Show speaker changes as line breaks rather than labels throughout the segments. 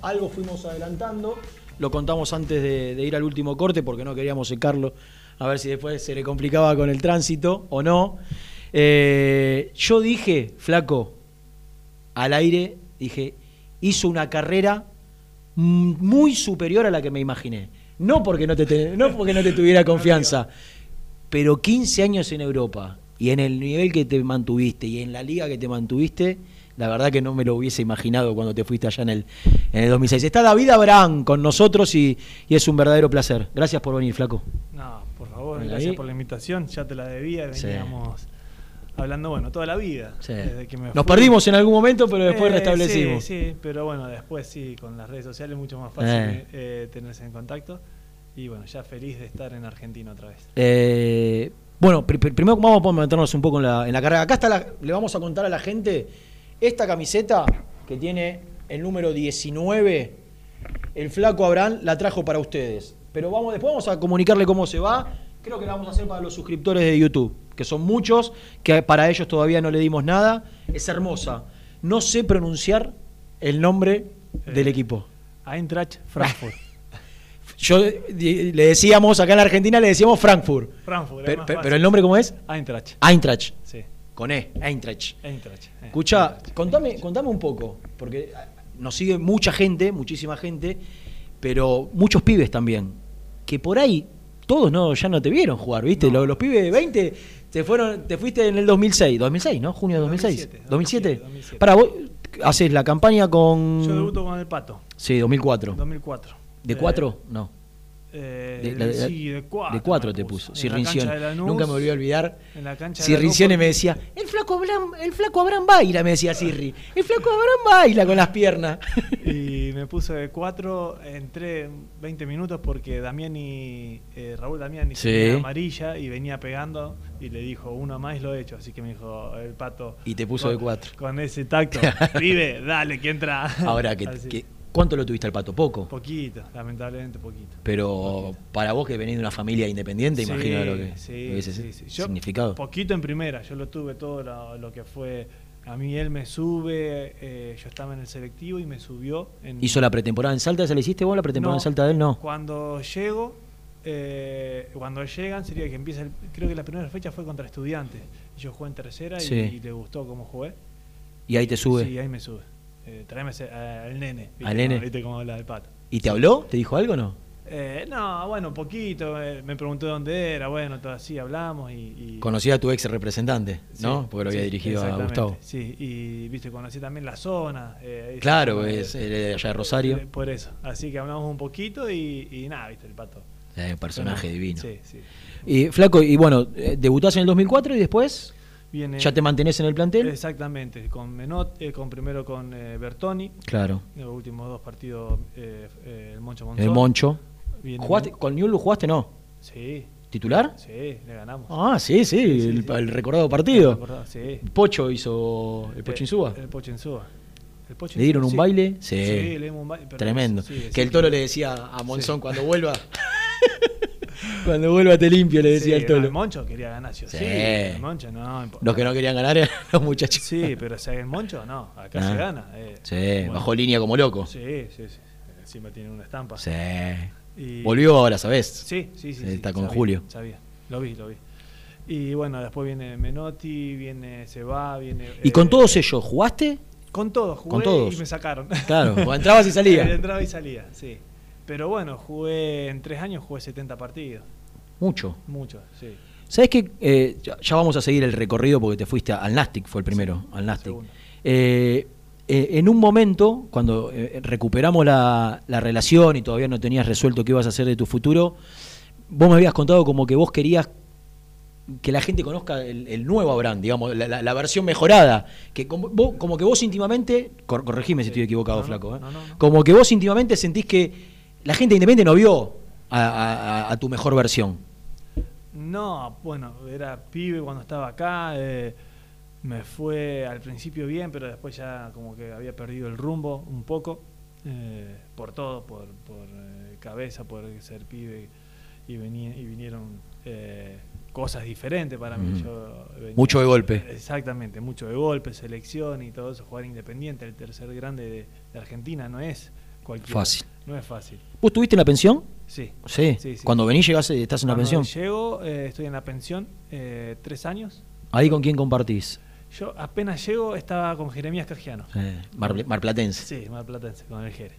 Algo fuimos adelantando, lo contamos antes de, de ir al último corte porque no queríamos secarlo, a ver si después se le complicaba con el tránsito o no. Eh, yo dije, flaco, al aire, dije, hizo una carrera m- muy superior a la que me imaginé. No porque no te, te- no porque no te tuviera confianza, pero 15 años en Europa y en el nivel que te mantuviste y en la liga que te mantuviste, la verdad que no me lo hubiese imaginado cuando te fuiste allá en el, en el 2006. Está David Abraham con nosotros y, y es un verdadero placer. Gracias por venir, flaco.
No, por favor,
Me la
gracias
vi.
por la invitación. Ya te la debía,
Sí.
veníamos hablando, bueno, toda la vida.
Sí.
desde que me
Nos
fui.
perdimos en algún momento, pero después
Eh,
restablecimos.
Sí, sí, pero bueno, después sí, con las redes sociales mucho más fácil
Eh.
eh, tenerse en contacto. Y bueno, ya feliz de estar en Argentina otra vez.
Eh, bueno, pri- pri- primero vamos a meternos un poco en la, en la carrera. Acá está la- le vamos a contar a la gente esta camiseta que tiene el número 19. El flaco Abraham la trajo para ustedes. Pero vamos, después vamos a comunicarle cómo se va. Creo que la vamos a hacer para los suscriptores de YouTube, que son muchos, que para ellos todavía no le dimos nada. Es hermosa. No sé pronunciar el nombre del
Eh.
equipo.
Eintracht Frankfurt.
Yo eh, le decíamos, acá en la Argentina le decíamos Frankfurt.
Frankfurt, es
Pero,
más
pero-
fácil.
pero el nombre, ¿cómo es?
Eintracht,
Eintracht.
sí.
Con E, Eintracht.
Eintracht. eh,
Escucha,
Eintracht.
contame, contame un poco, porque ah, nos sigue mucha gente, muchísima gente, pero muchos pibes también, que por ahí todos no, ya no te vieron jugar, ¿viste? Lo- Los, pibes de 20 te fueron, te fuiste en el 2006, 2006, ¿no? Junio de 2006.
2007,
2007.
2007.
Para vos haces la campaña con
Yo debuto con el Pato,
Sí, 2004.
2004.
¿De
Eh,
4? No.
eh,
De- la- la-
sí, de cuatro.
De 4
me
te
puso.
puso. Si
En la cancha de Lanús,
Nunca me volví a olvidar.
En la cancha de
Sirri
Lanús,
Sione
porque-
me decía, el flaco Abraham, el flaco Abraham baila, me decía Sirri. El flaco Abraham baila con las piernas.
Y me puse de 4, entré 20 minutos porque Damián y eh, Raúl Damián hizo
Sí.
una amarilla y venía pegando y le dijo, uno más y lo he hecho. Así que me dijo el pato.
Y te puso
con-
de cuatro.
Con ese tacto. Vive, dale, que entra.
Ahora, que,
Así.
que- ¿cuánto lo tuviste al pato? Poco.
Poquito, lamentablemente poquito.
Pero para vos que venís de una familia independiente,
Sí,
imagino lo que
sí,
hubiese
sí, sí. Yo
significado.
Poquito en primera, yo lo tuve todo lo, lo que fue. A mí él me sube, eh, yo estaba en el selectivo y me subió. En,
¿Hizo la pretemporada en Salta? ¿Se la hiciste vos la pretemporada en Salta de él? No.
Cuando llego, eh, cuando llegan sería que empieza, el- creo que la primera fecha fue contra estudiantes. Yo jugué en tercera y-
Sí.
y, le gustó cómo jugué.
Y ahí te sube.
Sí, ahí me sube. Eh, tráeme ese- a- al nene. ¿viste?
Al nene.
No, ¿Viste cómo habla del pato?
¿Y te habló? ¿Te dijo algo o no?
Eh, no, bueno, poquito. eh, me preguntó dónde era. Bueno, todo así hablamos y. y-
Conocía a tu ex representante,
Sí,
¿no? Porque lo había
sí,
dirigido a
exactamente,
Gustavo.
Sí, y viste, conocí también la zona. eh, esa
Claro,
zona
es
de-
él era allá de Rosario.
de- Por eso. Así que hablamos un poquito y, y nada, viste, el pato.
Eh, personaje divino.
Sí, sí.
Y Flaco, y bueno, eh, debutás en el 2004 y después
Viene-
ya te mantenés en el plantel.
Exactamente, con Menot, eh, con primero con eh, Bertoni,
claro.
los últimos dos partidos eh, eh, el Moncho Monzón.
El Moncho.
Viene-
¿Jugaste, ¿Con Newell's jugaste no?
Sí,
¿Titular?
sí, le ganamos.
Ah, sí, sí,
Sí, sí,
el,
sí.
el recordado partido.
Recordado, Eh, Sí.
Pocho hizo eh, el Pochinsúa.
El, Pochinsúa. El Pochinsúa,
¿Le dieron un
sí.
baile?
Sí,
Sí.
le dimos un baile. pero-
Tremendo.
sí, sí,
que el
sí.
toro le decía a Monzón
Sí.
cuando vuelva. cuando vuelva te limpio, le decía el
Sí, no,
toro.
el Moncho quería ganar, sí. o sí.
Sí.
El Moncho no. impo-
Los que no querían ganar eran los muchachos.
Sí, pero si hay el Moncho, no. Acá
Ah.
se gana. eh.
Sí,
Bueno.
bajó línea como loco. Sí.
Sí, sí, sí. Encima tiene una estampa. Y-
Volvió ahora, ¿sabés?
Sí, sí, sí.
Está
sí,
con
sabía,
Julio.
Sabía, lo vi, lo vi. Y bueno, después viene Menotti, viene se va, viene.
¿Y
eh,
con todos ellos jugaste?
Con todos, jugué
con todos?
y me sacaron.
Claro, o entrabas y salías.
Entraba y salía, sí. Pero bueno, jugué en tres años, jugué 70 partidos.
Mucho.
Muchos, sí.
¿Sabes qué? Eh, ya, ya vamos a seguir el recorrido porque te fuiste a- al Nastic, fue el primero, al Nastic.
segundo.
Eh, eh, en un momento, cuando eh, recuperamos la, la relación y todavía no tenías resuelto qué ibas a hacer de tu futuro, vos me habías contado como que vos querías que la gente conozca el, el nuevo Abraham, digamos, la, la- la versión mejorada. Que como, vos- como que vos íntimamente, cor- corregime si
Sí.
estoy equivocado,
No, no,
flaco, ¿eh?
no, no, no.
como que vos íntimamente sentís que la gente independiente no vio a- a- a- a tu mejor versión.
No, bueno, era pibe cuando estaba acá. eh, me fue al principio bien, pero después ya como que había perdido el rumbo un poco. eh, por todo, por, por, eh, cabeza, por ser pibe. Y, venía, y vinieron eh, cosas diferentes para mí.
Mm.
Yo venía-
Mucho de golpe.
Exactamente, mucho de golpe, selección y todo eso. Jugar independiente, el tercer grande de, de Argentina, no es cualquiera.
Fácil.
No es fácil.
¿Vos tuviste la pensión?
Sí.
Sí.
Sí, sí.
Cuando venís llegás, eh, estás en la
Cuando
pensión.
Llego, eh, estoy en la pensión, eh, tres años.
Ahí con quién compartís.
Yo apenas llego, estaba con Jeremías Cargiano.
Eh, Mar- Marplatense.
Sí, marplatense, con el Jere.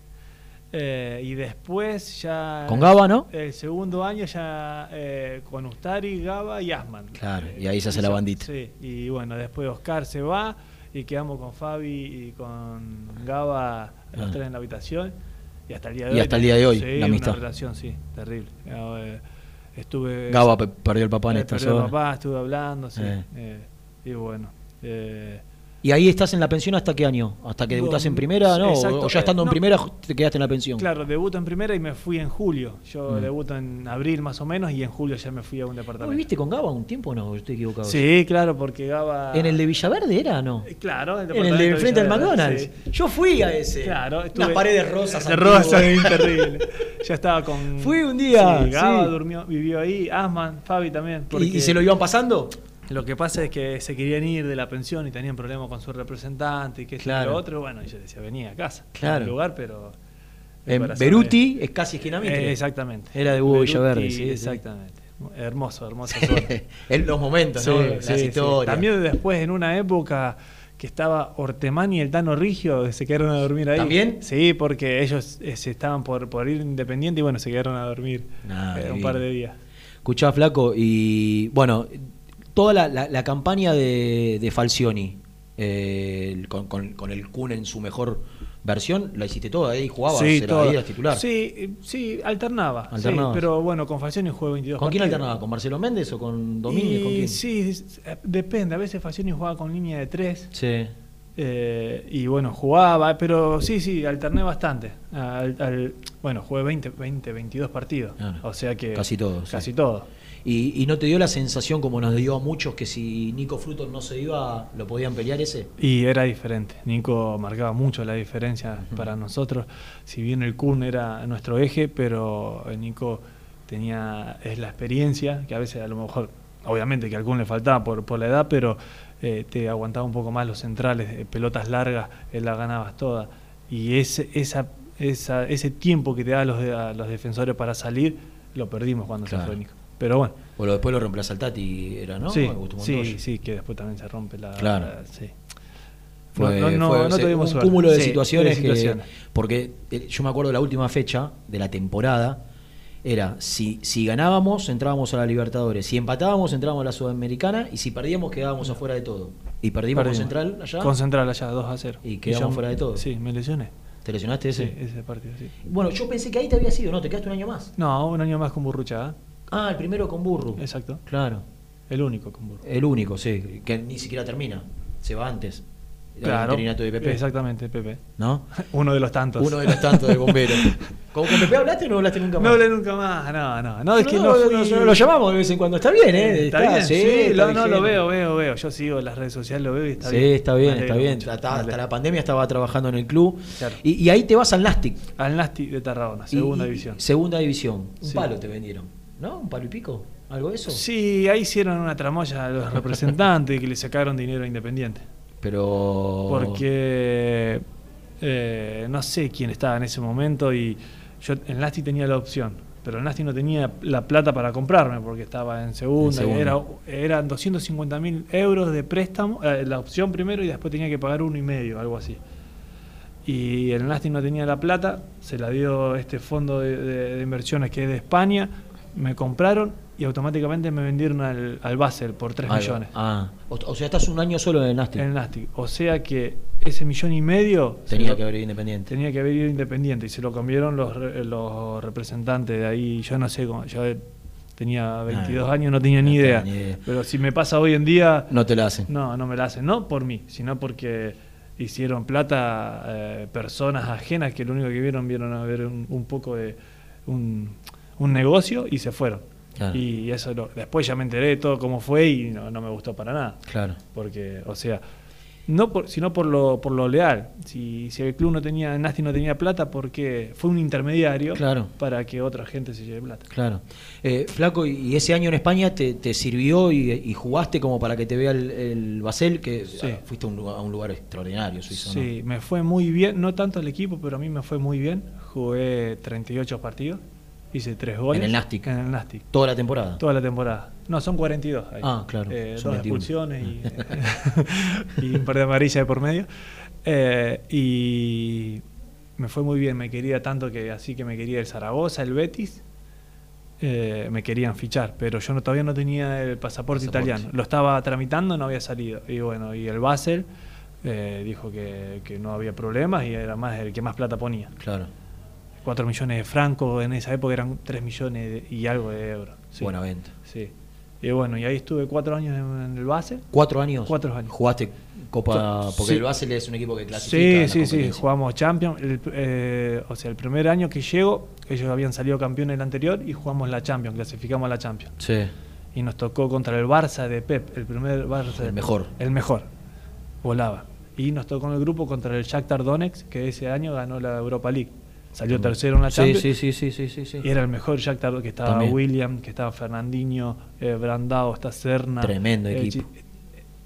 Eh, y después ya...
Con Gaba, ¿no?
El segundo año ya eh, con Ustari, Gaba y Asman.
Claro,
Eh,
y ahí se hace la
ya-
bandita.
Sí, y bueno, después Oscar se va y quedamos con Fabi y con Gaba los
Ah.
tres en la habitación. Y hasta el día de
Y
hoy.
hasta el día de hoy,
sí,
la
una
amistad.
relación, sí, terrible. Eh, estuve...
Gaba pe- perdió el papá en
eh,
estas
perdió al
horas.
papá, estuve hablando, sí.
Eh.
eh, y bueno... eh,
¿Y ahí estás en la pensión hasta qué año? ¿Hasta que debutás en
Dos-
primera? ¿no?
exacto,
¿O ya estando
eh,
en
no.
primera te quedaste en la pensión?
Claro, debuto en primera y me fui en julio. Yo
Mm.
debuto en abril más o menos y en julio ya me fui a un
¿No
departamento.
viviste con Gaba un tiempo o no? Yo estoy equivocado.
Sí, claro, porque Gaba.
¿En el de Villaverde era o no?
Eh, Claro,
En el de
departamento
frente al
Villaverde,
McDonald's.
sí.
Yo fui a ese.
Claro,
Unas
estuve-
paredes rosas.
De
antiguas.
rosas, bien terrible. Ya estaba con.
Fui un día,
Sí, Gaba
sí.
durmió, vivió ahí, Asman, Fabi también.
¿Y- ¿Y, se lo iban pasando?
Lo que pasa es que se querían ir de la pensión y tenían problemas con su representante y que esto y
Claro.
lo otro. Bueno, y yo decía, venía a casa.
Claro.
Un lugar, pero.
En
para hacer-
Beruti es casi esquina Mitre.
Eh, exactamente.
Era de Hugo
Beruti,
Villaverde, sí, sí.
Exactamente. Hermoso, hermoso.
en los momentos, ¿no? Las historias.
También después, en una época que estaba Ortemán y el Tano Rigio, que se quedaron a dormir ahí.
¿También?
Sí, porque ellos eh, se estaban por, por ir independiente y bueno, se quedaron a dormir
Ah,
eh, un
divino.
par de días.
Escuchá, Flaco, y bueno, toda la, la- la campaña de, de Falcioni, eh, el- con, con- con el Kun en su mejor versión, la hiciste toda, ahí jugabas, era,
todo.
ahí eras titular.
Sí, eh, sí, alternaba. sí,
Alternabas.
pero bueno, con Falcioni jugué 22
¿Con quién
partidos.
alternaba? ¿Con Marcelo Méndez o con Domínguez?
Y
¿Con quién?
Sí, es- eh, depende. A veces Falcioni jugaba con línea de 3.
Sí.
Eh, y bueno, jugaba, pero sí, sí, alterné bastante. Al- al- bueno, jugué 20, 20, 22 partidos.
Claro.
O sea que.
Casi todo, sí.
Casi todo.
Y, y no te dio la sensación, como nos dio a muchos, que si Nico Frutos no se iba, lo podían pelear ese?
Y era diferente. Nico marcaba mucho la diferencia para nosotros. Si bien el Kun era nuestro eje, pero eh, Nico tenía es la experiencia, que a veces a lo mejor, obviamente que al Kun le faltaba por, por la edad, pero eh, te aguantaba un poco más los centrales, eh, pelotas largas, él las ganabas todas. Y ese, esa, esa- ese tiempo que te da a los, de- a los defensores para salir, lo perdimos cuando
Claro.
se fue Nico. Pero bueno,
O lo, después lo reemplaza el Tati, era, ¿no?
sí,
Augusto Montoya.
sí, sí, que después también se rompe la...
Claro.
la- sí.
Fue,
no, no, no,
fue
no
se-
tuvimos
un
suerte.
cúmulo de
Sí,
situaciones,
de
que-
situaciones.
porque eh, yo me acuerdo la última fecha de la temporada era si, si ganábamos entrábamos a la Libertadores, si empatábamos entrábamos a la Sudamericana y si perdíamos quedábamos afuera de todo. Y perdimos, con Central allá.
Con Central allá, 2 a 0.
Y quedamos fuera de todo.
Sí, me lesioné.
¿Te lesionaste ese?
Sí, ese partido, sí.
Bueno, yo pensé que ahí te había sido, no, te quedaste un año más.
No, un año más con Burruchaga.
Ah, el primero con Burru.
Exacto.
Claro.
El único con Burruchaga.
El único, sí, que ni siquiera termina, se va antes. Era el interinato de Pepe,
Exactamente, Pepe.
¿no?
Uno de los tantos.
Uno de los tantos de bomberos. ¿Con, con Pepe hablaste o no hablaste nunca más?
No hablé nunca más, no, no. No, es que
No,
no,
no,
fui-
nosotros lo llamamos de vez en cuando. Está bien, ¿eh?
Está bien, sí,
está
lo, no, lo
vigente.
veo, veo, veo. Yo sigo las redes sociales, lo veo y está
sí,
bien.
está bien,
Me
está
alegro
bien.
mucho,
Hasta,
me
hasta
alegro.
la pandemia estaba trabajando en el club.
Claro.
Y, y ahí te vas al Nastic.
Al Nasti de Tarragona,
Y-
segunda
y-
división.
Segunda división. Un
Sí.
palo te vendieron. ¿No? ¿Un palo y pico? ¿Algo de eso?
Sí, ahí hicieron una tramoya a los representantes que le sacaron dinero a Independiente.
Pero.
Porque eh, no sé quién estaba en ese momento y yo en Lasti tenía la opción, pero en Lasti no tenía la plata para comprarme porque estaba en segunda.
En
y
segunda.
Era, eran 250 mil euros de préstamo, eh, la opción primero y después tenía que pagar uno y medio, algo así. Y el Lasti no tenía la plata, se la dio este fondo de, de- de inversiones que es de España, me compraron y automáticamente me vendieron al, al Basel por 3
Algo.
millones
Ah. O, o sea, estás un año solo en el Nastic.
en el Nastic. O sea que ese millón y medio se
Tenía
lo-
que haber ido independiente.
tenía que haber ido independiente y se lo comieron los, re- eh, los representantes de ahí. Yo no sé, cómo- yo tenía 22
Ah,
años, no tenía ni
no
idea.
tenía ni idea.
Pero si me pasa hoy en día,
No te la hacen.
no, no me la hacen. No por mí, sino porque hicieron plata eh, personas ajenas que lo único que vieron, vieron a ver un, un poco de un, un negocio y se fueron.
Claro.
Y eso lo- después ya me enteré de todo cómo fue y no- no me gustó para nada
Claro.
porque o sea no por, sino por lo por lo leal si, si el club no tenía Nasti no tenía plata porque fue un intermediario
Claro.
para que otra gente se lleve plata
Claro. Eh, Flaco, y- ¿y ese año en España te, te sirvió y, y jugaste como para que te vea el, el Basel? Que
Sí.
ah, fuiste a un lugar, a un lugar extraordinario, suizo. ¿no?
sí me fue muy bien no tanto el equipo pero a mí me fue muy bien jugué 38 partidos, hice 3 goles.
En el Nastic.
En el Nastic.
Toda la temporada.
Toda la temporada. No, son 42. ahí.
Ah, claro,
Eh, dos
son 21.
expulsiones y, y un par de amarillas de por medio. Eh, y me fue muy bien, me quería tanto que así que me quería el Zaragoza, el Betis. Eh, me querían fichar, pero yo no, todavía no tenía el
Pasaporte.
pasaporte, italiano. Lo estaba tramitando, no había salido. Y bueno, y el Basel eh, dijo que, que no había problemas y era más el que más plata ponía.
Claro.
4 millones de francos, en esa época eran 3 millones de- y algo de euros. Sí.
Buena venta.
Sí. Y bueno, y ahí estuve cuatro años en, en el base.
¿Cuatro años?
Cuatro años.
¿Jugaste Copa?
Cu-
Porque
sí.
el Basel es un equipo que clasifica. en
Sí,
la
sí, sí,
competencia.
jugamos Champions. El- eh, o sea, el primer año que llego, ellos habían salido campeones el anterior y jugamos la Champions, clasificamos a la Champions.
Sí.
Y nos tocó contra el Barça de Pep, el primer Barça.
El
de-
mejor.
El mejor. Volaba. Y nos tocó en el grupo contra el Shakhtar Donetsk, que ese año ganó la Europa League. Salió tercero en la
Sí,
Champions.
sí, sí, sí, sí, sí, sí.
Y era el mejor Shakhtar que estaba
También.
William, que estaba Fernandinho, eh, Brandao, está Serna. Eh,
Tremendo equipo.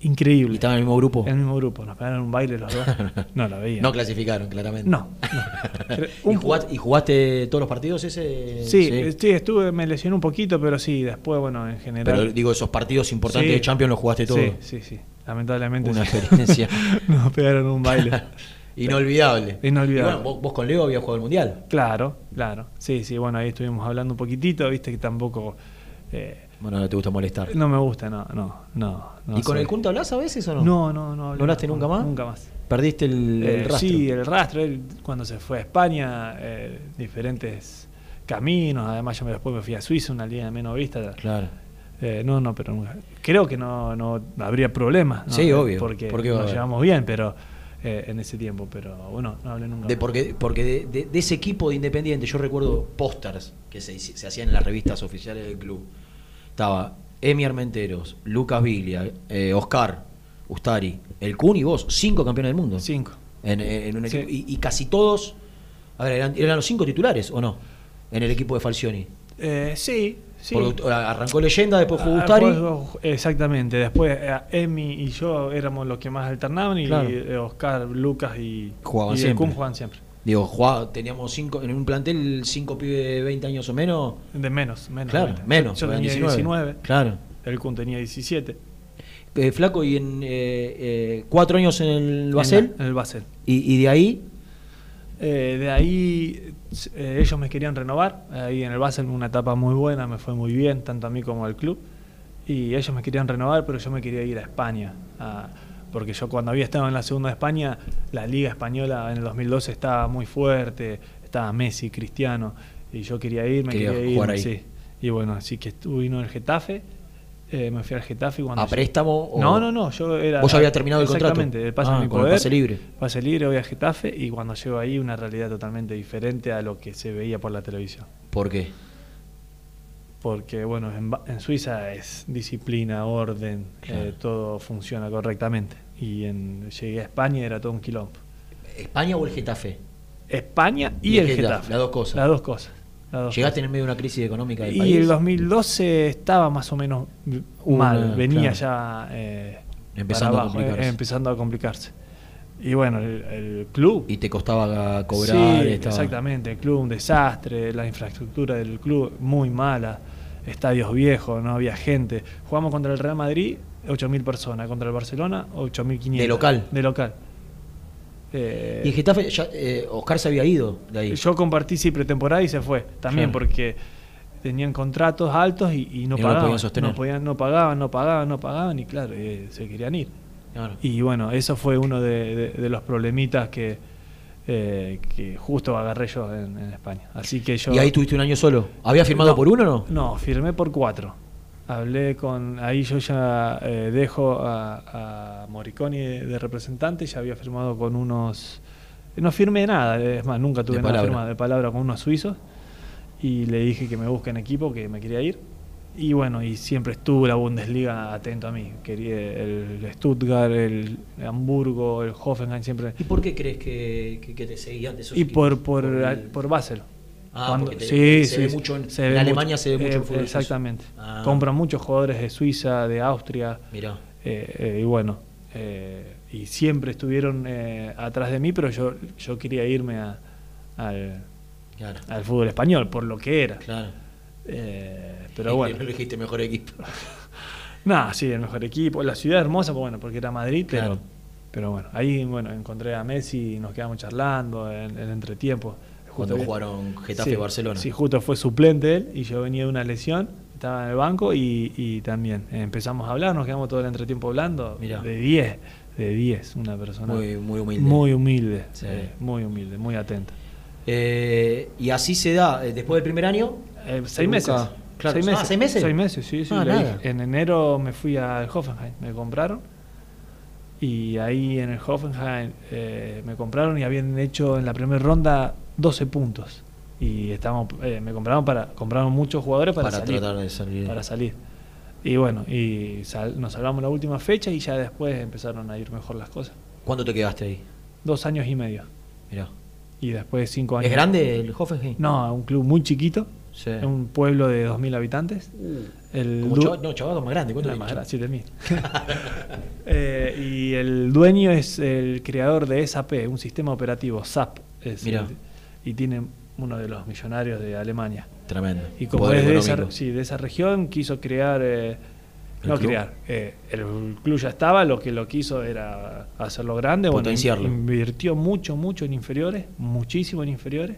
chi-
Y
Increíble.
estaba en el mismo grupo.
En el mismo grupo, nos pegaron un baile los dos. No la veía.
No clasificaron, claramente.
no. no.
¿Y
Un-
jugaste, y jugaste todos los partidos ese?
sí, eh, sí, estuve, me lesioné un poquito, pero sí, después, bueno, en general.
Pero digo, esos partidos importantes
Sí.
de Champions los jugaste todos.
Sí, sí, sí. Lamentablemente.
Una
sí.
experiencia.
nos pegaron un baile.
Inolvidable.
Inolvidable.
Y bueno, vos, vos con Leo habías jugado el Mundial.
Claro, claro. Sí, sí, bueno, ahí estuvimos hablando un poquitito, viste que tampoco. eh,
Bueno, no te gusta molestar.
no me gusta, no, no, no. no
¿Y con
soy-
el Kunta hablas a veces o no?
No, no, no. hablé
¿No hablaste
más
nunca
con-
más?
Nunca más.
Perdiste el, el
Eh,
rastro.
Sí, el rastro. Él, cuando se fue a España, eh, diferentes caminos. Además, yo me, después me fui a Suiza, una liga de menos vista.
Claro.
Eh, no, no, pero nunca. Creo que no, no habría problemas. ¿no? Eh,
Sí, obvio.
Porque,
¿Por qué va a
nos
haber?
llevamos bien, pero eh, en ese tiempo. Pero bueno, no hablé nunca.
De
más.
porque porque de, de- de ese equipo de Independiente, yo recuerdo pósters que se, hici- se hacían en las revistas oficiales del club. Estaba Emi Armenteros, Lucas Viglia, eh, Oscar, Ustari, el Kun y vos, cinco campeones del mundo.
Cinco.
En, en- en un
Sí.
equipo. Y, y casi todos. A ver, eran, eran los cinco titulares, ¿o no? En el equipo de Falcioni.
Eh, sí, sí.
Porque, a- arrancó Leyenda, después jugó
Ah,
Ustari.
juego- exactamente. Después eh, Emi y yo éramos los que más alternaban y
Claro.
eh, Oscar, Lucas y,
Jugaban
y el
siempre.
Kun jugaban siempre.
Digo, jugá- teníamos cinco, en un plantel cinco pibes de 20 años o menos.
De menos, menos.
Claro,
Yo-
menos.
Yo,
eran
tenía 19.
Claro.
El Kun tenía 17.
Eh, flaco y en eh, eh, cuatro años en el Basel.
En la- en el Basel.
Y, y de ahí,
Eh, de ahí eh, ellos me querían renovar. Ahí en el Basel una etapa muy buena, me fue muy bien, tanto a mí como al club. Y ellos me querían renovar, pero yo me quería ir a España. a- porque yo cuando había estado en la segunda de España, la liga española en el 2012 estaba muy fuerte, estaba Messi, Cristiano. Y yo quería ir, me
Quería
quería,
jugar
ir.
ahí.
sí. Y bueno, así que estuve vino el Getafe. eh, me fui al Getafe y cuando
¿a
yo-
préstamo? o-
No, no, no, yo era...
Vos ya habías terminado el contrato.
ah, Exactamente, el pase
Ah,
a mi
con el
poder,
pase libre.
Pase libre, voy a Getafe y cuando llego ahí una realidad totalmente diferente a lo que se veía por la televisión.
¿Por qué?
Porque, bueno, en, Ba- en Suiza es disciplina, orden,
Claro.
eh, todo funciona correctamente. Y en, llegué a España y era todo un quilombo.
¿España o el Getafe?
España y,
Y el
el
Getafe,
Getafe.
las dos cosas.
Las dos cosas. las dos
¿Llegaste en el medio de una crisis económica del
y
país?
el 2012 estaba más o menos
Una,
mal, venía
claro.
ya eh,
Empezando
para
a complicarse.
eh, empezando a complicarse. Y bueno, el, el club.
Y te costaba cobrar.
sí,
estaba-
exactamente, el club un desastre, la infraestructura del club muy mala, estadios viejos, no había gente. Jugamos contra el Real Madrid, 8.000 personas, contra el Barcelona, 8.500.
De local.
De local. Eh,
Y el Getafe, ya, eh, Oscar se había ido de ahí.
yo compartí sí pretemporada y se fue. También
Claro.
porque tenían contratos altos y, y
Y no
no
lo
pagaban.
podían sostener.
No, podían- no pagaban, no pagaban, no pagaban y claro, eh, se querían ir.
Claro.
Y bueno, eso fue uno de, de- de los problemitas que, eh, que justo agarré yo en, en España. Así que yo...
Y ahí tuviste un año solo. ¿Habías firmado
No.
por uno o no?
No, firmé por cuatro. Hablé con... Ahí yo ya eh, dejo a, a Moriconi de, de representante, ya había firmado con unos... No firmé nada, es más, nunca tuve
De
nada
palabra.
firmado de palabra con unos suizos. Y le dije que me busquen equipo, que me quería ir. Y bueno, y siempre estuvo la Bundesliga atento a mí. Quería el Stuttgart, el Hamburgo, el Hoffenheim, siempre...
¿Y por qué crees que, que- que te seguían de esos
Y
equipos?
por, por,
el-
por Basel.
Ah,
Cuando-
porque te- se
sí, sí,
ve
sí.
mucho en-
Se
en
ve Eh,
Alemania se ve mucho el fútbol suizo.
Exactamente.
Ah.
Compran muchos jugadores de Suiza, de Austria,
Mirá.
eh, eh, y bueno. eh, y siempre estuvieron eh, atrás de mí, pero yo, yo quería irme a- al,
Claro,
al fútbol español, por lo que era.
claro.
Eh,
Y
pero bueno.
No elegiste mejor equipo.
Nada, sí, el mejor equipo. La ciudad hermosa, pues bueno, porque era Madrid, pero,
Claro.
pero bueno, ahí bueno, encontré a Messi y nos quedamos charlando en el entretiempo. Justo
Cuando
que-
jugaron Getafe
sí,
y Barcelona.
Sí, justo fue suplente él y yo venía de una lesión, estaba en el banco y, y también eh, empezamos a hablar, nos quedamos todo el entretiempo hablando.
Mirá.
De 10, de 10, una persona
Muy, muy humilde.
muy humilde,
Sí.
eh, muy humilde, muy atenta.
Eh, y así se da, eh, después del primer año,
Eh,
Se
seis
busca-
meses.
claro.
Seis
Ah,
meses.
¿seis meses?
Seis meses, sí, sí.
Ah,
le dije.
nada.
En enero me fui al Hoffenheim, me compraron. Y ahí en el Hoffenheim eh, me compraron y habían hecho en la primera ronda 12 puntos. Y estábamos, eh, me compraron para compraron muchos jugadores para,
para,
salir.
tratar de salir.
Para salir. Y bueno, y sal- nos salvamos la última fecha y ya después empezaron a ir mejor las cosas.
¿Cuánto te quedaste ahí?
Dos años y medio.
Mirá.
Y después cinco años.
¿Es grande el Hoffenheim?
No, un club muy chiquito.
Sí.
Es un pueblo de 2.000 habitantes. El
Como
du-
Chava- no, Chavaco es más grande. ¿Cuánto
Era
tiene Chavaco?
más grande, 7.000. Eh, y el dueño es el creador de SAP, un sistema operativo SAP. es
Mirá.
el- y tiene uno de los millonarios de Alemania.
Tremendo.
Y como
Poder
es de esa,
económico.
sí, de esa región, quiso crear... eh,
¿El
no
club?
crear. eh, el club ya estaba, lo que lo quiso era hacerlo grande. bueno, in-
Potenciarlo.
invirtió mucho, mucho en inferiores, muchísimo en inferiores.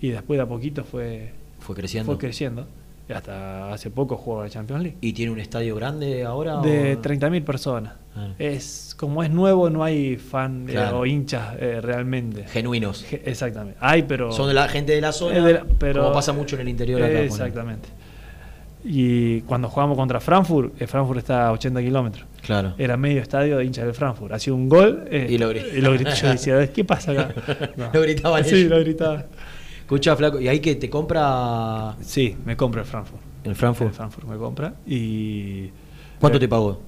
Y después de a poquito fue,
Fue creciendo.
fue creciendo. Y hasta hace poco jugó la Champions League
¿Y tiene un estadio grande ahora?
de
o-
30.000 personas.
Ah.
Es como es nuevo no hay fan eh,
Claro.
o hinchas eh, realmente.
Genuinos.
Je- exactamente. Hay pero
Son de la gente de la zona.
es de la- pero-
como pasa mucho en el interior acá. ponele.
Exactamente. Y cuando jugamos contra Frankfurt, eh, Frankfurt está a 80 kilómetros.
Claro.
Era medio estadio de hinchas del Frankfurt. Hacía un gol eh,
Y lo gritaban.
grité. Yo decía, ¿qué pasa acá?
Lo gritaban
Sí,
ellos.
lo gritaban.
Escucha, Flaco, y ahí que te compra
Sí, me compra el Frankfurt.
el
El
Frankfurt.
Frankfurt me compra y.
¿Cuánto
eh,
te pagó?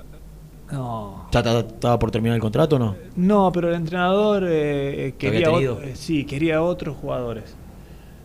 No.
¿Ya ta- ¿Estaba por terminar el contrato o no?
No, pero el entrenador eh, eh,
¿Lo había
quería,
tenido?
ot- eh, sí, quería otros jugadores.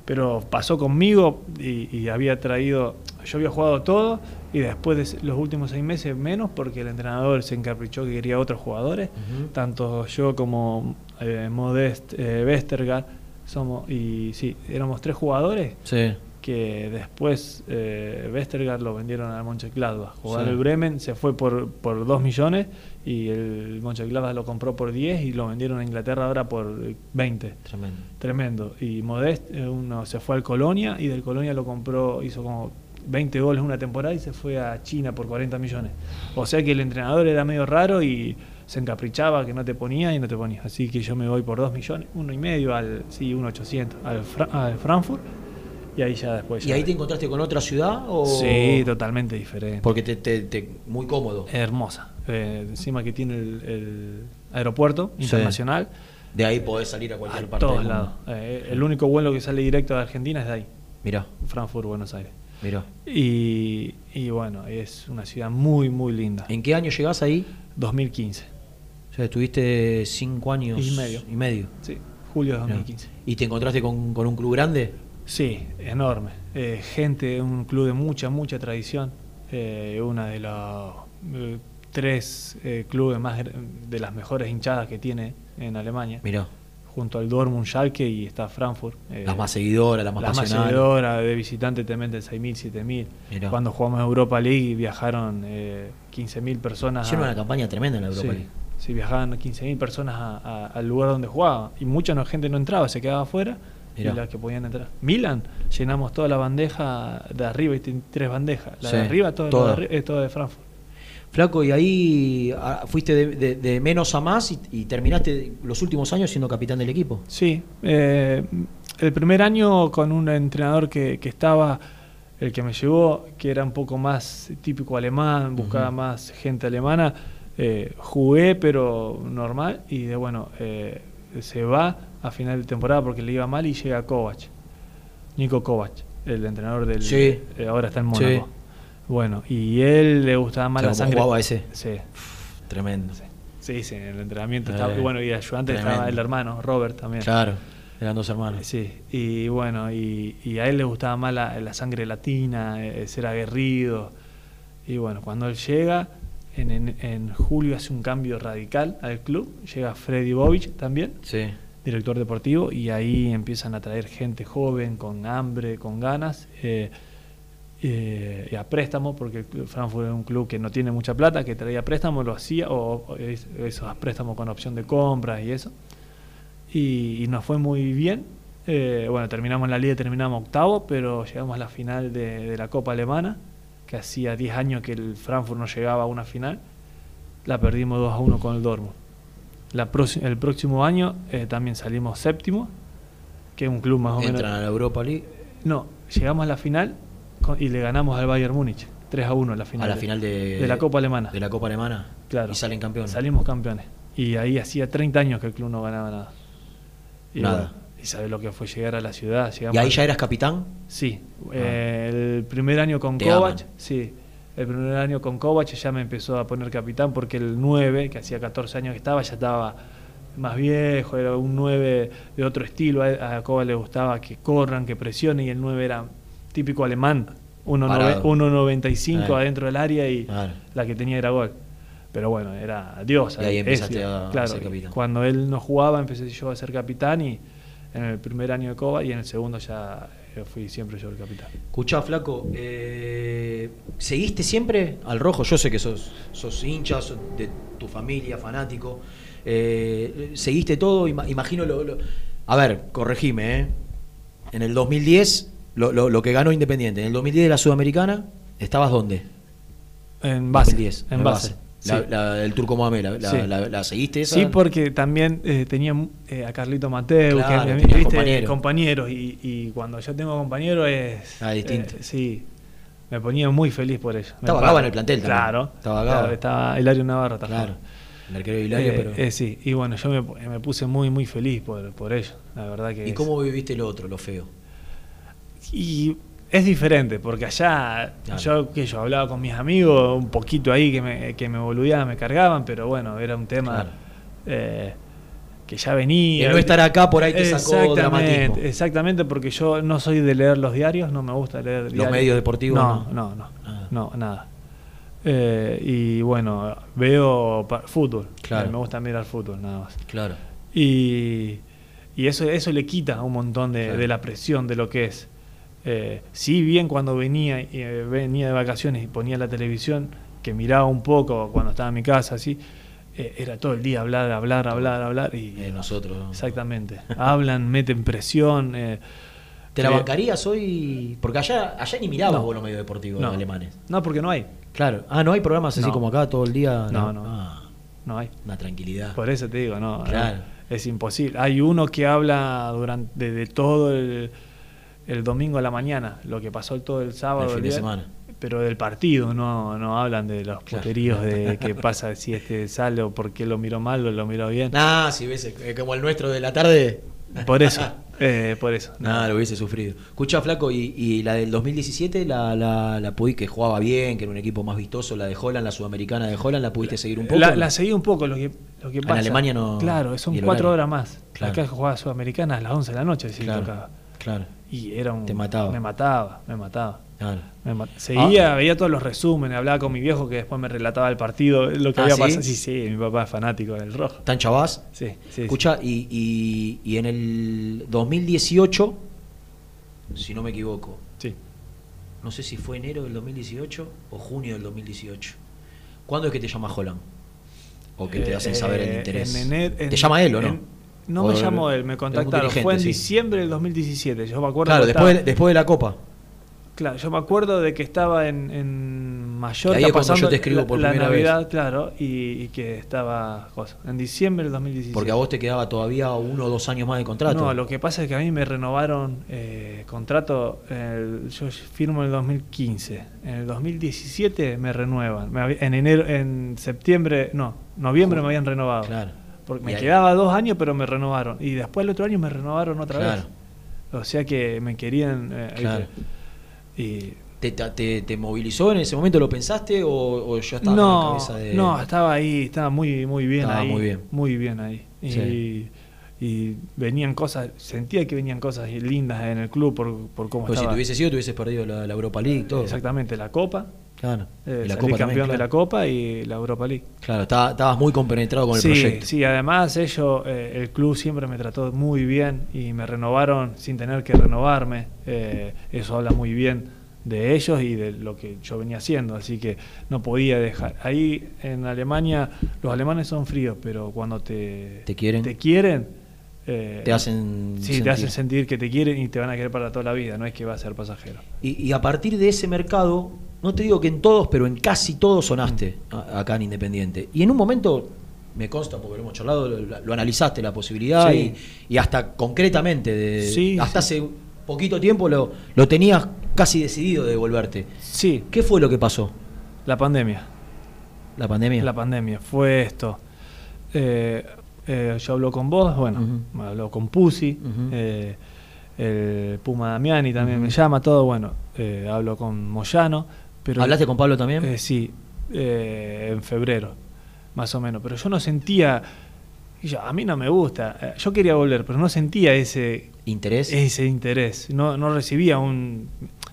Pero pasó conmigo y, y había traído. Yo había jugado todo y después de s- los últimos seis meses menos porque el entrenador se encaprichó que quería otros jugadores.
Ujú.
Tanto yo como eh, Modest eh, Westergaard somos. Y sí, éramos tres jugadores
Sí.
que después eh, Westergaard lo vendieron al Mönchengladbach. Jugó en
Sí.
el Bremen, se fue por, por 2 millones y el Mönchengladbach lo compró por 10 y lo vendieron a Inglaterra ahora por 20.
Tremendo.
Tremendo. Y Modest eh, uno se fue al Colonia y del Colonia lo compró, hizo como 20 goles una temporada y se fue a China por 40 millones. O sea que el entrenador era medio raro y se encaprichaba que no te ponía y no te ponía. Así que yo me voy por 2 millones, uno y medio al, sí, 1.800 al, Fra- al Frankfurt y ahí ya después.
¿Y
ya-
ahí te encontraste con otra ciudad? O...
Sí, totalmente diferente.
Porque te, te- te- muy cómodo.
Hermosa. Eh, encima que tiene el, el aeropuerto
Sí.
internacional.
De ahí podés salir a
A
cualquier parte.
todos
del mundo.
lados. Eh, el único vuelo que sale directo de Argentina es de ahí.
Mirá,
Frankfurt, Buenos Aires.
mirá.
Y, y bueno, es una ciudad muy, muy linda.
¿En qué año llegás ahí?
2015.
O sea, estuviste cinco años
Y medio. Ah,
Y, medio.
Sí, julio de
Mirá.
2015.
¿Y te encontraste con, con un club grande?
Sí, enorme. Eh, gente, un club de mucha, mucha tradición. Eh, una de los eh, tres eh, clubes más gr- de las mejores hinchadas que tiene en Alemania.
Mirá,
Junto al Dortmund, Schalke y está Frankfurt. eh,
las más seguidoras, las más
las más
pasionales.
seguidoras, de visitante te meten 6.000, 7.000.
Mirá.
Cuando jugamos Europa League viajaron eh, 15.000 personas.
Hicieron
a-
una campaña tremenda en la Europa
Sí,
League.
sí, viajaban 15.000 personas a- a- al lugar donde jugaba. Y mucha no- gente no entraba, se quedaba afuera.
Mirá.
Y las que podían entrar. Milan, llenamos toda la bandeja de arriba, y ten- tres bandejas. La de
Sí,
arriba, todo,
toda.
Lo de, arri- eh, todo de Frankfurt.
Flaco, y ahí ah, fuiste de, de- de menos a más y, y terminaste los últimos años siendo capitán del equipo.
Sí, eh, el primer año con un entrenador que, que estaba, el que me llevó, que era un poco más típico alemán, buscaba
Ujú.
más gente alemana, eh, jugué pero normal y de bueno, eh, se va a final de temporada porque le iba mal y llega Kovac, Nico Kovac, el entrenador del...
Sí.
eh, ahora está en
Sí.
Mónaco. Bueno, y él le gustaba
O
más
sea,
la
como
sangre.
jugaba ese.
Sí.
Tremendo.
Sí, sí, en el entrenamiento
Eh,
estaba, y bueno, y ayudante estaba
tremendo.
el hermano, Robert también.
Claro, eran dos hermanos.
Ah, Sí, y bueno, y, y a él le gustaba más la, la sangre latina, eh, ser aguerrido. Y bueno, cuando él llega, en, en- en julio hace un cambio radical al club, llega Freddy Bovich también,
Sí.
director deportivo, y ahí empiezan a traer gente joven, con hambre, con ganas, eh, eh, y a préstamo, porque el club- Frankfurt es un club que no tiene mucha plata, que traía préstamo, lo hacía, o, o es- esos préstamos con opción de compra y eso. Y, y nos fue muy bien. Eh, bueno, terminamos la liga, terminamos octavo, pero llegamos a la final de, de la Copa Alemana, que hacía 10 años que el Frankfurt no llegaba a una final. La perdimos 2 a 1 con el Dortmund. La proxi- el próximo año eh, también salimos séptimo, que es un club más o menos...
Entran a la Europa League,
No, llegamos a la final con- y le ganamos al Bayern Múnich 3 a 1 la final.
a la
de-
final de,
de la Copa Alemana.
de la Copa Alemana.
Claro.
Y salen campeones.
Salimos campeones. Y ahí hacía 30 años que el club no ganaba nada. Y,
Nada.
bueno, y sabes lo que fue llegar a la ciudad. Llegamos
y ahí
a-
ya eras capitán.
Sí. eh, el primer año con
Ah. Te
Kovac,
aman.
sí. El primer año con Kovac ya me empezó a poner capitán porque el 9, que hacía 14 años que estaba, ya estaba más viejo, era un 9 de otro estilo. A, a Kovac le gustaba que corran, que presionen y el 9 era típico alemán, uno nove-
Parado.
1.95
Ahí.
adentro del área y
Claro.
la que tenía era gol. Pero bueno, era Dios.
Y ahí
es
empezaste
Dios.
a- a
Claro,
ser capitán.
Cuando él no jugaba, empecé yo a ser capitán y en el primer año de Coba y en el segundo ya eh, fui siempre yo el capitán.
Escuchá, Flaco, eh, ¿seguiste siempre al rojo? Yo sé que sos, sos hincha, sos de tu familia, fanático. Eh, ¿Seguiste todo? Ima- imagino lo, lo- A ver, corregime, ¿eh? En el 2010, lo, lo- lo que ganó Independiente. En el 2010 de la Sudamericana, ¿estabas dónde?
En base.
2010,
en base.
La,
Sí.
la del Turco Mohamed, ¿la, la-
Sí.
la- la seguiste esa?
Sí, porque también eh, tenía eh, a Carlito Mateo,
Claro,
que a mí-
tenía
viste,
compañeros.
compañeros, y, y cuando yo tengo compañeros es...
Ah, distinto.
eh, sí, me ponía muy feliz por ello. Me
Estaba
pa-
Gaba en el plantel también.
Claro,
Estaba
estaba,
Gaba.
estaba Hilario Navarro también.
Claro. El arquero de Hilario,
Eh,
pero...
eh, sí, y bueno, yo me, me puse muy, muy feliz por, por ello, la verdad que
¿Y
es-
cómo viviste lo otro, lo feo?
y es diferente, porque allá
Claro.
yo que yo hablaba con mis amigos, un poquito ahí que me, que me boludeaban, me cargaban, pero bueno, era un tema
Claro.
eh, que ya venía.
El no estar acá por ahí te sacó dramatismo.
Exactamente, porque yo no soy de leer los diarios, no me gusta leer
Los
diarios.
medios deportivos,
No,
no. Ah.
no, no,
Nada.
no, nada. Eh, y bueno, veo pa- fútbol.
Claro.
Me gusta mirar fútbol, nada más.
Claro.
Y, y eso, eso le quita un montón de,
Claro.
de la presión de lo que es. Eh, sí, bien cuando venía, eh, venía de vacaciones y ponía la televisión, que miraba un poco cuando estaba en mi casa, así, eh, era todo el día hablar, hablar, hablar, hablar. Y,
Eh, nosotros. ¿no?
Exactamente. Hablan, meten presión. eh,
¿Te la
Eh,
bancarías hoy? Porque allá, allá ni mirabas
No.
vos los medios deportivos
no.
alemanes.
No, porque no hay.
Claro. Ah, no hay programas así
No.
como acá todo el día. Pues,
No, no.
Ah,
No hay.
una tranquilidad.
Por eso te digo, no, no,
Claro.
es imposible. Hay uno que habla durante de todo el, el domingo a la mañana, lo que pasó todo el sábado,
El fin de
día-
semana.
pero del partido, no, no hablan de los
Claro.
puteríos de qué pasa si este sale o por qué lo miró mal o lo miró bien.
Nah, si ves eh, como el nuestro de la tarde. Pues,
Por eso, eh, por eso.
Nada, lo hubiese sufrido. Escucha, Flaco, y, y la del 2017, la, la, la pudi- que jugaba bien, que era un equipo más vistoso, la de Holland, la sudamericana de Holland, ¿la pudiste seguir un poco?
La, la seguí un poco, lo que, lo que
En
pasa.
Alemania no-
Claro,
y
son
el
cuatro
horario.
horas más.
Claro.
Acá jugaba Sudamericana a las 11 de la noche, si
Claro.
tocaba.
Claro,
Y era un.
Te mataba.
Me mataba, me mataba.
claro.
Me
Ah.
ma- Seguía, veía todos los resúmenes, hablaba con mi viejo que después me relataba el partido, lo que
Ah,
había
¿sí?
pasado. Sí, sí, mi papá es fanático del rojo.
¿Tan chavás?
Sí, sí, sí.
Escucha, y, y- y en el 2018, si no me equivoco,
Sí.
no sé si fue enero del 2018 o junio del 2018. ¿Cuándo es que te llama Holland? ¿O que te
Eh,
hacen saber el
eh,
interés?
en ener- en-
¿Te llama él o no?
en- no
O
me
el-
llamó él, me
algún
contactaron. Fue en
dirigente, sí.
diciembre del 2017, yo me acuerdo.
Claro,
que
después, de-
estaba-
después de la Copa.
Claro, yo me acuerdo de que estaba en, en Mallorca
Que ahí es cuando
pasando
yo te escribo
la,
por
la
primera
Navidad, claro, y, y que estaba cosa, en diciembre del 2017.
Porque a vos te quedaba todavía uno o dos años más de contrato.
No, lo que pasa es que a mí me renovaron eh, contrato, eh, yo firmo en el 2015, en el 2017 me renuevan, Me había- en enero, en septiembre, no, noviembre me habían renovado,
Claro.
porque
Y
me
ahí-
quedaba dos años pero me renovaron y después el otro año me renovaron otra
Claro.
vez, o sea que me querían, eh, ¿viste?
Claro.
y
¿Te, te- te- te movilizó en ese momento? ¿Lo pensaste o, o ya estaba con la
no,
cabeza de.?
no, estaba ahí, estaba muy, muy bien
Estaba
ahí.
muy bien.
Muy bien ahí. Y,
Sí.
y y venían cosas, sentía que venían cosas lindas en el club por, por cómo
Pues si
estaba.
te hubiese sido, te hubieses perdido la, la Europa League, todo.
Exactamente, la Copa,
Claro.
eh,
Y la
salí
Copa
campeón
también,
de
claro.
la Copa y la Europa League.
Claro, estaba- estabas muy compenetrado con el
sí,
proyecto.
sí, además ellos, eh, el club siempre me trató muy bien y me renovaron sin tener que renovarme. Eh, eso habla muy bien de ellos y de lo que yo venía haciendo, así que no podía dejar. Ahí en Alemania, los alemanes son fríos, pero cuando te,
Te quieren.
te, quieren, eh,
Te hacen
sí,
sentir.
te hacen sentir que te quieren y te van a querer para toda la vida, no es que va a ser pasajero.
Y, y a partir de ese mercado, no te digo que en todos, pero en casi todos sonaste
Mm.
a- acá en Independiente. Y en un momento, me consta, porque lo hemos charlado, lo, lo analizaste la posibilidad
Sí.
y, y hasta concretamente, de-
Sí,
hasta
sí.
hace poquito tiempo lo, lo tenías casi decidido de devolverte.
Sí,
¿Qué fue lo que pasó?
la pandemia.
¿La pandemia?
La pandemia, fue esto. Eh, eh, yo hablo con vos, bueno,
Ujú.
me habló con Pusi,
Ujú.
eh, el Puma Damiani también me llama, todo, bueno, eh, hablo con Moyano. Pero,
¿Hablaste con Pablo también?
eh, sí, eh, en febrero, más o menos. Pero yo no sentía, y yo, a mí no me gusta, eh, yo quería volver, pero no sentía ese
¿Interés?
ese interés. No, no recibía un.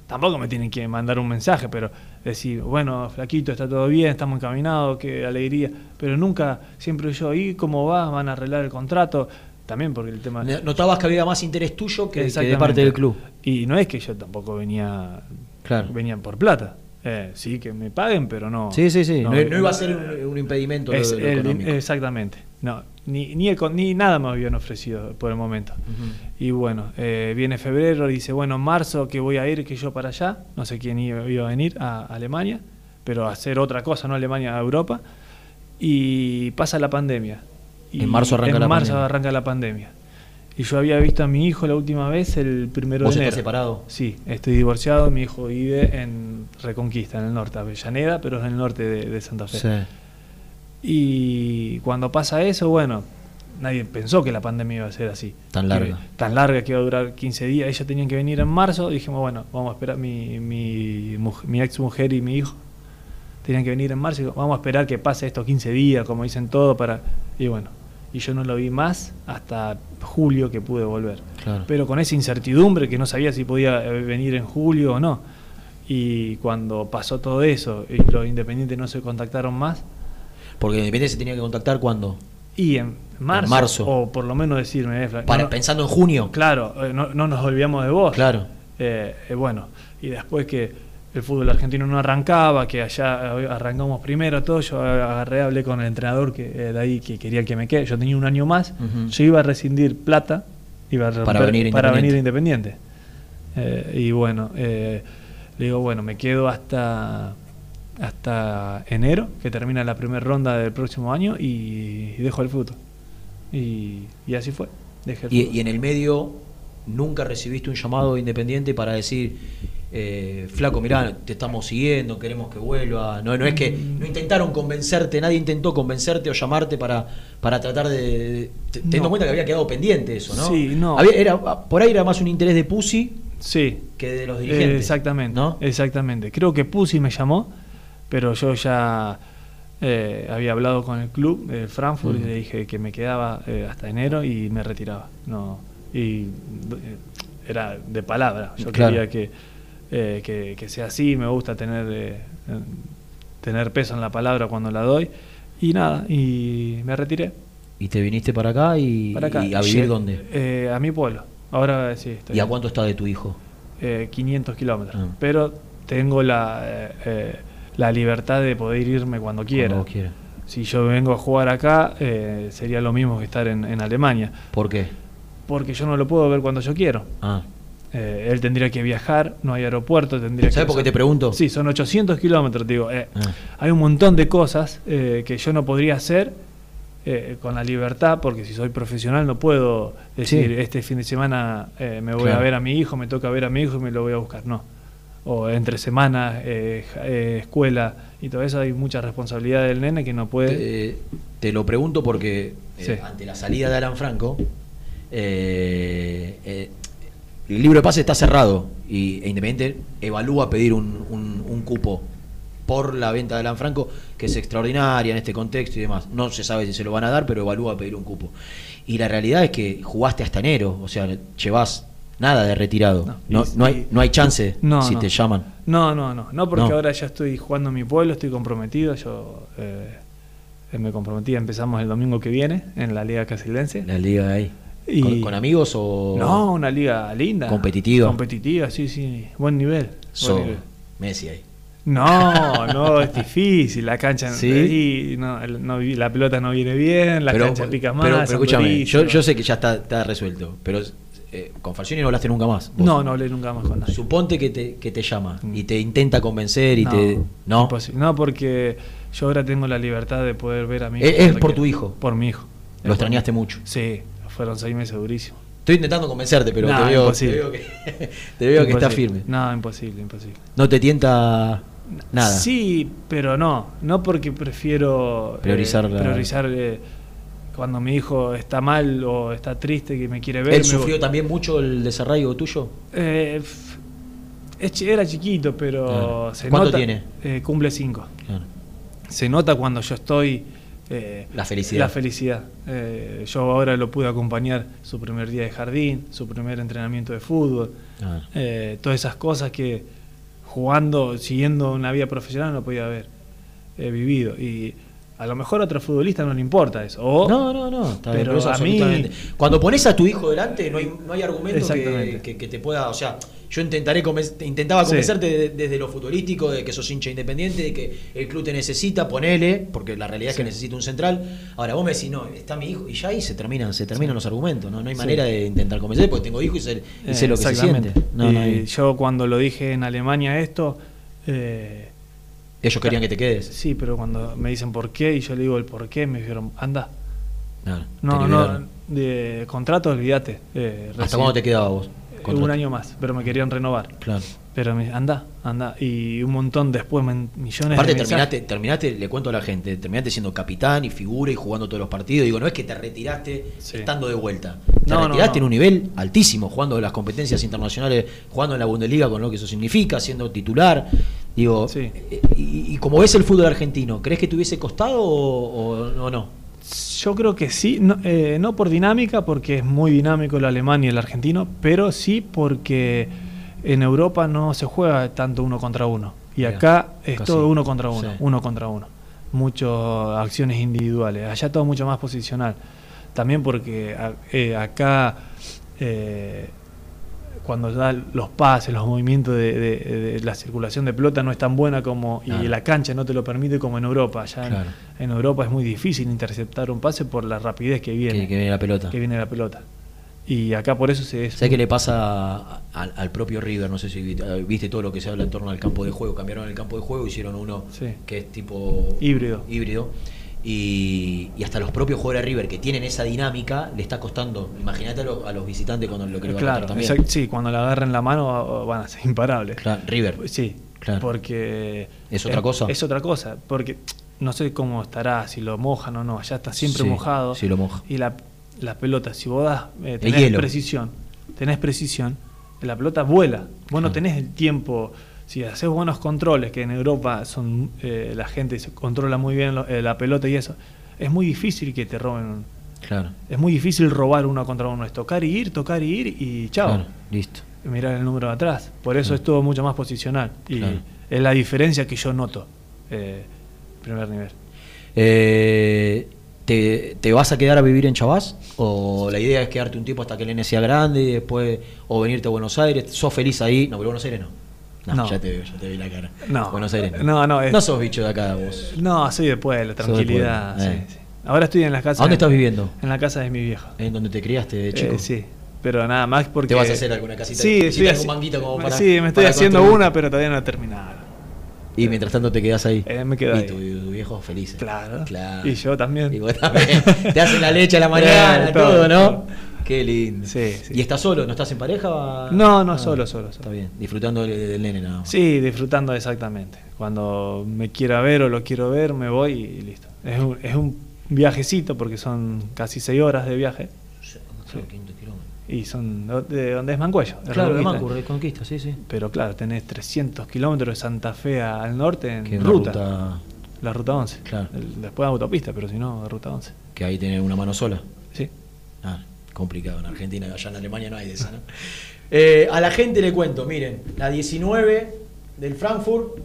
Tampoco me tienen que mandar un mensaje, pero decir, bueno, flaquito, está todo bien, estamos encaminados, qué alegría. Pero nunca, siempre yo, ¿y cómo va? ¿Van a arreglar el contrato? También porque el tema.
Ne- Notabas que había más interés tuyo que- que, de
Exactamente.
parte del club.
Y no es que yo tampoco venía.
Claro.
Venían por plata. Eh, sí, que me paguen, pero no.
Sí, sí, sí. No, no
no-
iba a ser un, un impedimento lo-
es
lo
el-
económico.
exactamente. No, ni, ni, eco- ni nada me habían ofrecido por el momento.
Ujú.
Y bueno, eh, viene febrero, dice, bueno, en marzo que voy a ir, que yo para allá, no sé quién iba, iba a venir a Alemania, pero a hacer otra cosa, no Alemania, a Europa. Y pasa la pandemia. Y
En marzo arranca
en
la
marzo
pandemia.
arranca la pandemia. Y yo había visto a mi hijo la última vez el primero
¿Vos
de enero.
estás separado?
Sí, estoy divorciado, mi hijo vive en Reconquista, en el norte, Avellaneda, pero es en el norte de, de Santa Fe. Y cuando pasa eso, bueno, nadie pensó que la pandemia iba a ser así.
Tan
Que-
larga.
tan larga que iba a durar 15 días. Ellos tenían que venir en marzo. Dijimos, bueno, vamos a esperar. Mi, mi, muj- mi ex mujer y mi hijo tenían que venir en marzo. y digo, Vamos a esperar que pase estos 15 días, como dicen todo, para. Y bueno, y yo no lo vi más hasta julio que pude volver.
Claro.
Pero con esa incertidumbre que no sabía si podía eh, venir en julio o no. Y cuando pasó todo eso y los independientes no se contactaron más,
Porque Independiente se tenía que contactar cuando.
y en marzo,
marzo.
o por lo menos decirme, eh, Fla-
Para,
no, no,
pensando en junio.
claro, eh, no, no nos olvidamos de vos.
Claro.
Eh, eh, bueno, y después que el fútbol argentino no arrancaba, que allá eh, arrancamos primero, todo, yo agarré, hablé con el entrenador que, eh, de ahí que quería que me quede, yo tenía un año más,
Ujú.
yo iba a rescindir plata, iba a romper-
venir
para
Independiente.
venir independiente. Eh, y bueno, eh, le digo, bueno, me quedo hasta hasta enero, que termina la primera ronda del próximo año, y, y dejo el fútbol. Y, y así fue. Dejé el
Y,
fútbol.
y en el medio, nunca recibiste un llamado de Independiente para decir. eh, flaco, mirá, te estamos siguiendo, queremos que vuelva. No, no es que no intentaron convencerte, nadie intentó convencerte o llamarte para, para tratar de. de- te- Teniendo en
No.
cuenta que había quedado pendiente eso, ¿no?
Sí, no.
Había- era, por ahí era más un interés de Pussy
Sí,
que de los
Eh,
dirigentes.
exactamente,
¿no?
exactamente. Creo que Pussy me llamó, pero yo ya eh, había hablado con el club de Frankfurt y
Ujú.
le dije que me quedaba eh, hasta enero y me retiraba. No, y eh, era de palabra. Yo
Claro.
quería que, eh, que, que sea así. Me gusta tener eh, eh, tener peso en la palabra cuando la doy y nada. Y me retiré
Y te viniste para acá y,
para acá.
y a vivir
Lle-
dónde.
eh, a mi pueblo. Ahora sí. Estoy
¿Y a cuánto está de tu hijo?
eh, 500 kilómetros.
Ah.
Pero tengo la, eh, eh, la libertad de poder irme cuando quiera.
Cuando vos quieras.
Si yo vengo a jugar acá, eh, sería lo mismo que estar en, en Alemania.
¿Por qué?
Porque yo no lo puedo ver cuando yo quiero.
Ah.
Eh, él tendría que viajar, no hay aeropuerto, tendría
¿Sabes
que...
por qué te pregunto?
Sí, son 800 kilómetros, te digo. eh,
Ah.
Hay un montón de cosas eh, que yo no podría hacer eh, con la libertad, porque si soy profesional no puedo decir,
Sí.
este fin de semana eh, me voy
Claro.
a ver a mi hijo, me toca ver a mi hijo y me lo voy a buscar. No. O entre semanas, eh, ja- eh, escuela y todo eso, hay mucha responsabilidad del nene que no puede.
Te, te lo pregunto porque eh,
Sí.
ante la salida de Alan Franco, eh, eh, el libro de pase está cerrado y e Independiente evalúa pedir un, un- un cupo por la venta de Lanfranco, que es extraordinaria en este contexto y demás. No se sabe si se lo van a dar, pero evalúa pedir un cupo. Y la realidad es que jugaste hasta enero, o sea, llevas nada de retirado. No,
No, y-
no hay, no hay chance
No,
si
no.
te llaman.
No, no, no, no porque
No.
ahora ya estoy jugando en mi pueblo, estoy comprometido, yo eh, me comprometí, empezamos el domingo que viene en la Liga Casilense.
La liga de ahí.
Y-
¿Con, con amigos o.?
No, una liga linda.
Competitiva.
Competitiva, sí, sí, buen nivel. buen
So,
nivel.
Messi ahí.
No, no, es difícil, la cancha
¿Sí?
y no, el- no vi- la pelota no viene bien, la cancha pica más.
pero- pero
son
escúchame, yo,
durísimos.
yo sé que ya está, está resuelto, pero eh, con Falcioni no hablaste nunca más. vos.
No, no hablé nunca más con nadie.
Suponte que te, que te llama y te intenta convencer y
No,
te. No.
imposible. No, porque yo ahora tengo la libertad de poder ver a mi
Es- es
porque-
por tu hijo.
Por mi hijo. Es
Lo
por-
extrañaste mucho.
Sí, fueron seis meses durísimos.
Estoy intentando convencerte, pero
No,
te, veo, te
imposible.
veo que, te veo que está
Imposible.
firme.
No, imposible, imposible.
No te tienta nada.
Sí, pero no. No porque prefiero eh,
Priorizar la-
priorizar, eh, cuando mi hijo está mal o está triste que me quiere ver.
¿Él
me
sufrió
voy.
también mucho el desarraigo tuyo?
Eh, f- es chi- era chiquito, pero
Claro.
se
Ah. ¿Cuánto
nota-
tiene?
eh, cumple cinco. Se nota cuando yo estoy. eh,
La felicidad.
La felicidad. Eh, yo ahora lo pude acompañar su primer día de jardín, su primer entrenamiento de fútbol,
Claro.
eh, todas esas cosas que jugando, siguiendo una vida profesional no podía haber eh, vivido. Y a lo mejor a otro futbolista no le importa eso. O,
No, no, no. está bien,
Pero
por eso
a mí-
absolutamente. Cuando pones a tu hijo delante, no hay, no hay argumento que,
Exactamente.
que- que te pueda. O sea, yo intentaré conven- intentaba
Sí.
convencerte de- desde lo futbolístico, de que sos hincha independiente, de que el club te necesita, ponele, porque la realidad es que necesita un central. Ahora vos me decís, no, está mi hijo, y ya ahí se terminan, se terminan los argumentos, ¿no? No hay
Sí.
manera de intentar convencer, porque tengo hijo y sé, y sé
Eh,
lo que se
exactamente.
siente. No,
y
no hay-
yo cuando lo dije en Alemania esto, eh,
Ellos querían que te quedes.
sí, pero cuando me dicen por qué y yo le digo el por qué, me dijeron, anda.
No, te
No, no,
liberaron.
de contrato, olvídate. eh,
¿Hasta
recién-
cuándo te quedaba vos?
Eh, Un
Contrato.
año más, pero me querían renovar.
Claro.
Pero me anda, anda. Y un montón después, men- millones
Aparte
de
terminaste,
mensajes.
terminaste, le cuento a la gente, terminaste siendo capitán y figura y jugando todos los partidos. Digo, no es que te retiraste
Sí.
estando de vuelta. Te
No, no,
retiraste
no.
en un nivel altísimo, jugando en las competencias internacionales, jugando en la Bundesliga con lo que eso significa, siendo titular. Digo,
Sí.
eh, y, y como ves el fútbol argentino, ¿crees que te hubiese costado o, o- o no?
Yo creo que sí, no, eh, no por dinámica, porque es muy dinámico el alemán y el argentino, pero sí porque en Europa no se juega tanto uno contra uno. Y
Mirá,
acá es
casi.
todo uno contra uno,
Sí.
uno contra uno. Muchas acciones individuales. Allá todo mucho más posicional. También porque a- eh, acá, eh, cuando ya los pases, los movimientos de, de- de la circulación de pelota no es tan buena como.
Claro.
Y la cancha no te lo permite como en Europa. Allá en-
Claro.
en Europa es muy difícil interceptar un pase por la rapidez que
Que,
viene,
que
que,
viene la pelota.
viene la pelota. Y acá por eso se es
¿Sabes qué le pasa a- al, al propio River? No sé si vi- viste todo lo que se habla en torno al campo de juego. Cambiaron el campo de juego, hicieron uno
Sí.
que es tipo
Híbrido.
híbrido. Y, y hasta los propios jugadores de River que tienen esa dinámica le está costando. Imagínate a, los- a los visitantes cuando lo que le va a
claro,
costar también.
exact- sí, cuando la agarren la mano ah, ah, van a ser imparables.
Claro, River.
Sí,
Claro.
porque eh,
¿Es otra cosa?
Es otra cosa, porque no sé cómo estará, si lo mojan o no, allá está siempre
Sí,
mojado.
sí, lo moja.
Y la, la pelota, si vos das, eh, tenés
hielo.
precisión, tenés precisión, la pelota vuela. Vos
Claro.
no tenés el tiempo. Si haces buenos controles, que en Europa son eh, la gente se controla muy bien lo- eh, la pelota y eso, es muy difícil que te roben. un-
Claro.
es muy difícil robar uno contra uno. Es tocar y ir, tocar y ir y chao
Claro, listo.
mirar el número de atrás. Por eso
Claro.
es todo mucho más posicional. Y
Mm. Claro.
es la diferencia que yo noto. Eh, primer nivel.
Eh, ¿te, te vas a quedar a vivir en Chavás? ¿O la idea es quedarte un tiempo hasta que el nene sea grande y después o venirte a Buenos Aires? ¿Sos feliz ahí? No, pero Buenos Aires no. No,
No.
ya te veo, ya te vi la cara.
No.
Buenos Aires
No, no, es-
No sos bicho de acá vos.
No, soy de pueblo,
Sos de
tranquilidad.
pueblo, eh.
sí, sí. Ahora estoy en la casa.
¿A dónde
de-
estás viviendo?
En la casa de mi vieja.
¿En donde te criaste de
Eh,
chico?
sí. Pero nada más porque.
¿Te vas a hacer alguna casita?
Sí,
¿Hiciste
estoy
algún
haci-
manguito como para-
Sí, me estoy
para
haciendo
construir?
una, pero todavía no he terminado.
Y mientras tanto te quedás ahí.
Eh, me quedo
y
ahí.
tu, tu viejo feliz.
Claro.
Claro.
Y yo también.
Y vos también. te hacen la leche a la mañana,
Eh,
todo,
todo,
¿no?
todo.
Qué lindo.
Sí, sí.
¿Y estás solo? ¿No estás en pareja?
No, no,
Ah,
solo, solo,
Está
solo.
bien, disfrutando del, del nene nada más.
Sí, disfrutando exactamente. Cuando me quiera ver o lo quiero ver, me voy y listo. Es un, es un viajecito porque son casi seis horas de viaje.
Sí, no creo, 500 kilómetros.
Y son do- de donde es Mancuello. de
Claro, de
Reconquista.
Mancu, Reconquista, sí, sí.
Pero claro, tenés 300 kilómetros de Santa Fe a- al norte en
Que es una
ruta,
ruta.
La ruta 11.
Claro.
El- después autopista, pero si no, ruta 11.
que ahí tiene una mano sola.
Sí.
Ah, complicado en Argentina, allá en Alemania no hay de esa, ¿no?
Eh, a la gente le cuento, miren, la 19 del Frankfurt,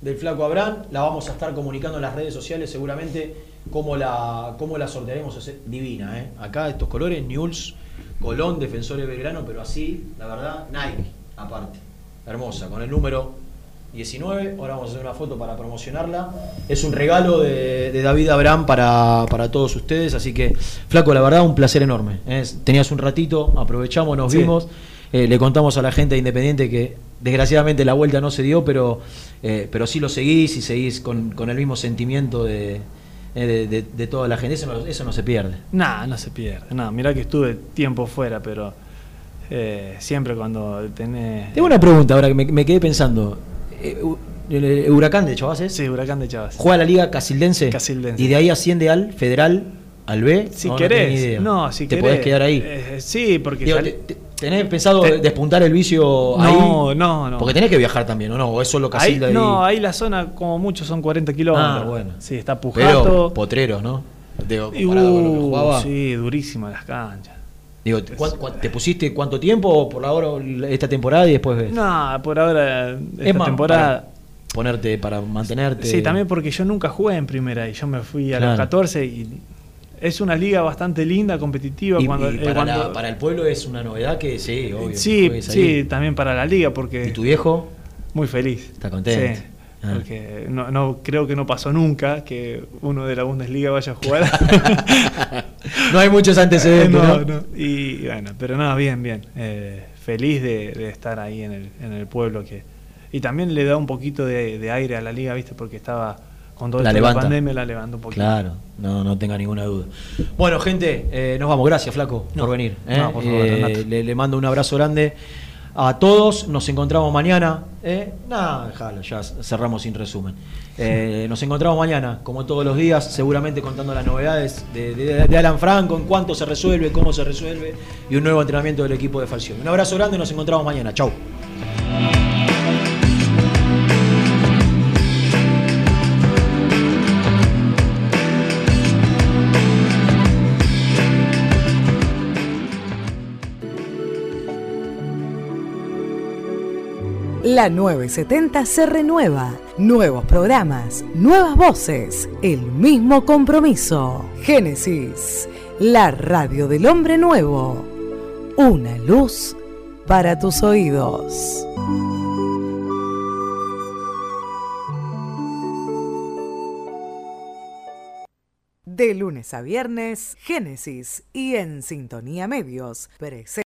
del Flaco Abraham, la vamos a estar comunicando en las redes sociales seguramente cómo la, cómo la sortearemos. Es divina, ¿eh? Acá estos colores, News, Colón, Defensores Belgrano, pero así, la verdad, Nike, aparte. Hermosa, con el número 19. Ahora vamos a hacer una foto para promocionarla. Es un regalo de, de David Abraham para, para todos ustedes. Así que, Flaco, la verdad, un placer enorme. ¿eh? Tenías un ratito, aprovechamos, nos
Sí.
vimos. Eh, le contamos a la gente de Independiente que desgraciadamente la vuelta no se dio, pero, eh, pero sí lo seguís y seguís con, con el mismo sentimiento de, eh, de, de- de toda la gente. Eso no, eso no se pierde.
Nah, no se pierde. Nah, mirá que estuve tiempo fuera, pero eh, siempre cuando tenés.
Tengo una pregunta ahora que me, me quedé pensando. Eh, hu- el- el ¿Huracán de Chavas es?
Sí, Huracán de Chavas.
Juega la Liga Casildense.
Casildense.
Y de ahí asciende al Federal, al B.
Si
No, no tengo ni idea.
querés. No, si
Te
querés.
podés quedar ahí.
Eh, sí, porque.
Digo,
sal-
te- te- ¿Tenés pensado
Te-
despuntar el vicio
No,
ahí?
no, no.
Porque tenés que viajar también, ¿o no? O es solo
ahí,
Casilda y-
No, ahí la zona, como mucho, son 40 kilómetros.
Ah, bueno.
Sí, está
Pero
Pujato.
potreros, ¿no? Digo,
Y,
comparado con lo que
uh,
jugaba.
Sí, durísima las canchas.
Digo, ¿te- cuán- cuán- ¿te pusiste cuánto tiempo por ahora esta temporada y después ves?
No, por ahora,
Es
esta
más,
temporada.
para ponerte, para mantenerte.
Sí, también porque yo nunca jugué en primera y yo me fui a
Claro.
los 14 y es una liga bastante linda, competitiva.
Y- y
cuando, eh,
para,
cuando-
la- para el pueblo es una novedad que sí, obvio. que
sí,
juegues ahí.
sí, también para la liga porque
¿Y tu viejo?
muy feliz.
Está contento.
Sí,
Ah.
Porque no, no- creo que no pasó nunca que uno de la Bundesliga vaya a jugar.
No hay muchos antecedentes,
Eh, No,
¿no?
no. Y bueno, pero nada, bien, bien. Eh, feliz de, de estar ahí en el, en el pueblo que y también le da un poquito de, de aire a la liga, viste, porque estaba con todo
La
esto de
levanta.
la pandemia la levanta un poquito.
Claro, no, no tenga ninguna duda. Bueno, gente, eh, nos vamos. Gracias, Flaco, por venir. ¿eh?
No, por favor,
Eh,
Renato.
le, le mando un abrazo grande a todos. Nos encontramos mañana. ¿eh? Nada, déjalo, ya cerramos sin resumen. Eh, nos encontramos mañana, como todos los días, seguramente contando las novedades de, de- de Alan Franco, en cuánto se resuelve, cómo se resuelve y un nuevo entrenamiento del equipo de Falcioni. Un abrazo grande, nos encontramos mañana. Chau.
La 970 se renueva. Nuevos programas, nuevas voces, el mismo compromiso. Génesis, la radio del hombre nuevo. Una luz para tus oídos. De lunes a viernes, Génesis y en Sintonía Medios. presenta